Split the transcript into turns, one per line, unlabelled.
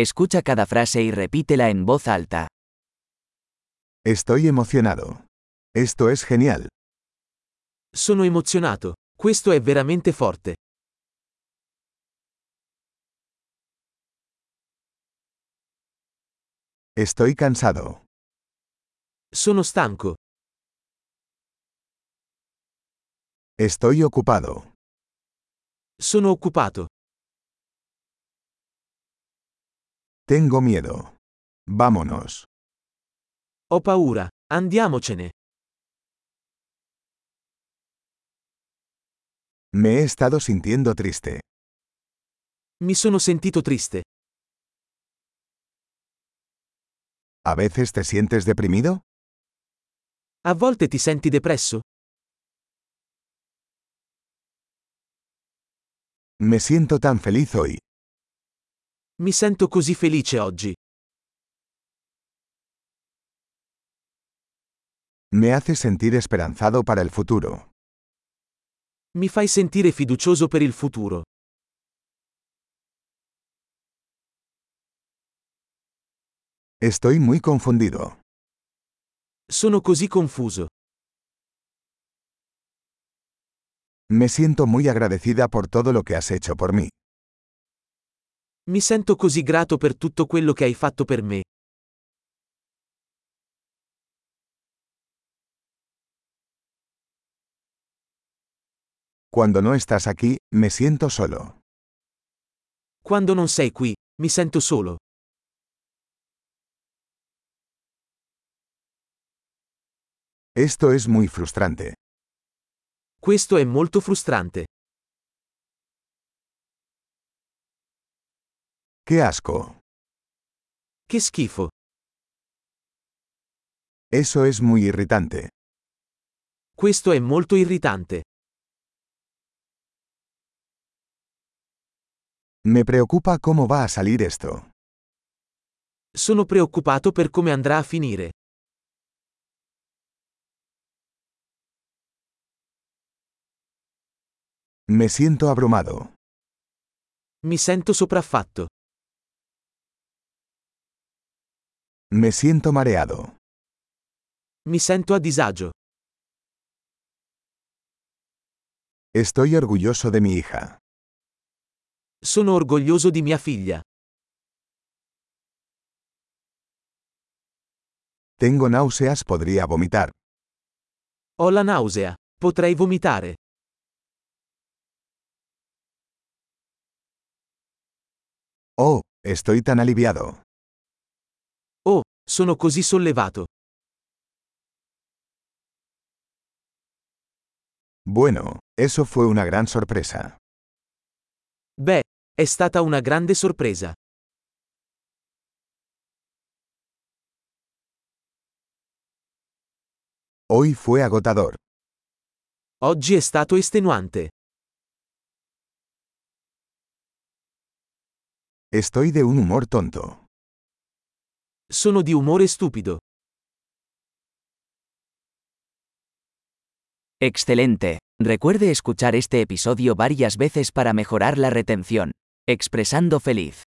Escucha cada frase y repítela en voz alta.
Estoy emocionado. Esto es genial.
Sono emozionato. Questo è veramente forte.
Estoy cansado.
Sono stanco.
Estoy ocupado.
Sono occupato.
Tengo miedo. Vámonos.
Ho paura. Andiamocene.
Me he estado sintiendo triste.
Mi sono sentito triste.
¿A veces te sientes deprimido?
A volte ti senti depresso?
Me siento tan feliz hoy.
Mi sento così felice oggi.
Me hace sentir esperanzado para el futuro.
Mi fai sentire fiducioso per il futuro.
Estoy muy confundido.
Sono così confuso.
Me siento muy agradecida por todo lo que has hecho por mí.
Mi sento così grato per tutto quello che hai fatto per me.
Cuando no estás aquí, me siento solo.
Quando non sei qui, mi sento solo.
Esto es muy frustrante.
Questo è molto frustrante.
¡Qué asco!
Che schifo.
Eso es muy irritante.
Questo è molto irritante.
Me preocupa cómo va a salir esto.
Sono preoccupato per come andrà a finire.
Me siento abrumado.
Mi sento sopraffatto.
Me siento mareado.
Mi sento a disagio.
Estoy orgulloso de mi hija.
Sono orgoglioso di mia figlia.
Tengo náuseas, podría vomitar.
Ho la nausea. Potrei vomitare.
Oh, estoy tan aliviado.
Oh, sono così sollevato.
Bueno, eso fue una gran sorpresa.
Beh, è stata una grande sorpresa.
Hoy fue agotador.
Oggi è stato estenuante.
Estoy de un humor tonto.
Sono di umore stupido.
Excelente. Recuerde escuchar este episodio varias veces para mejorar la retención. Expresando feliz.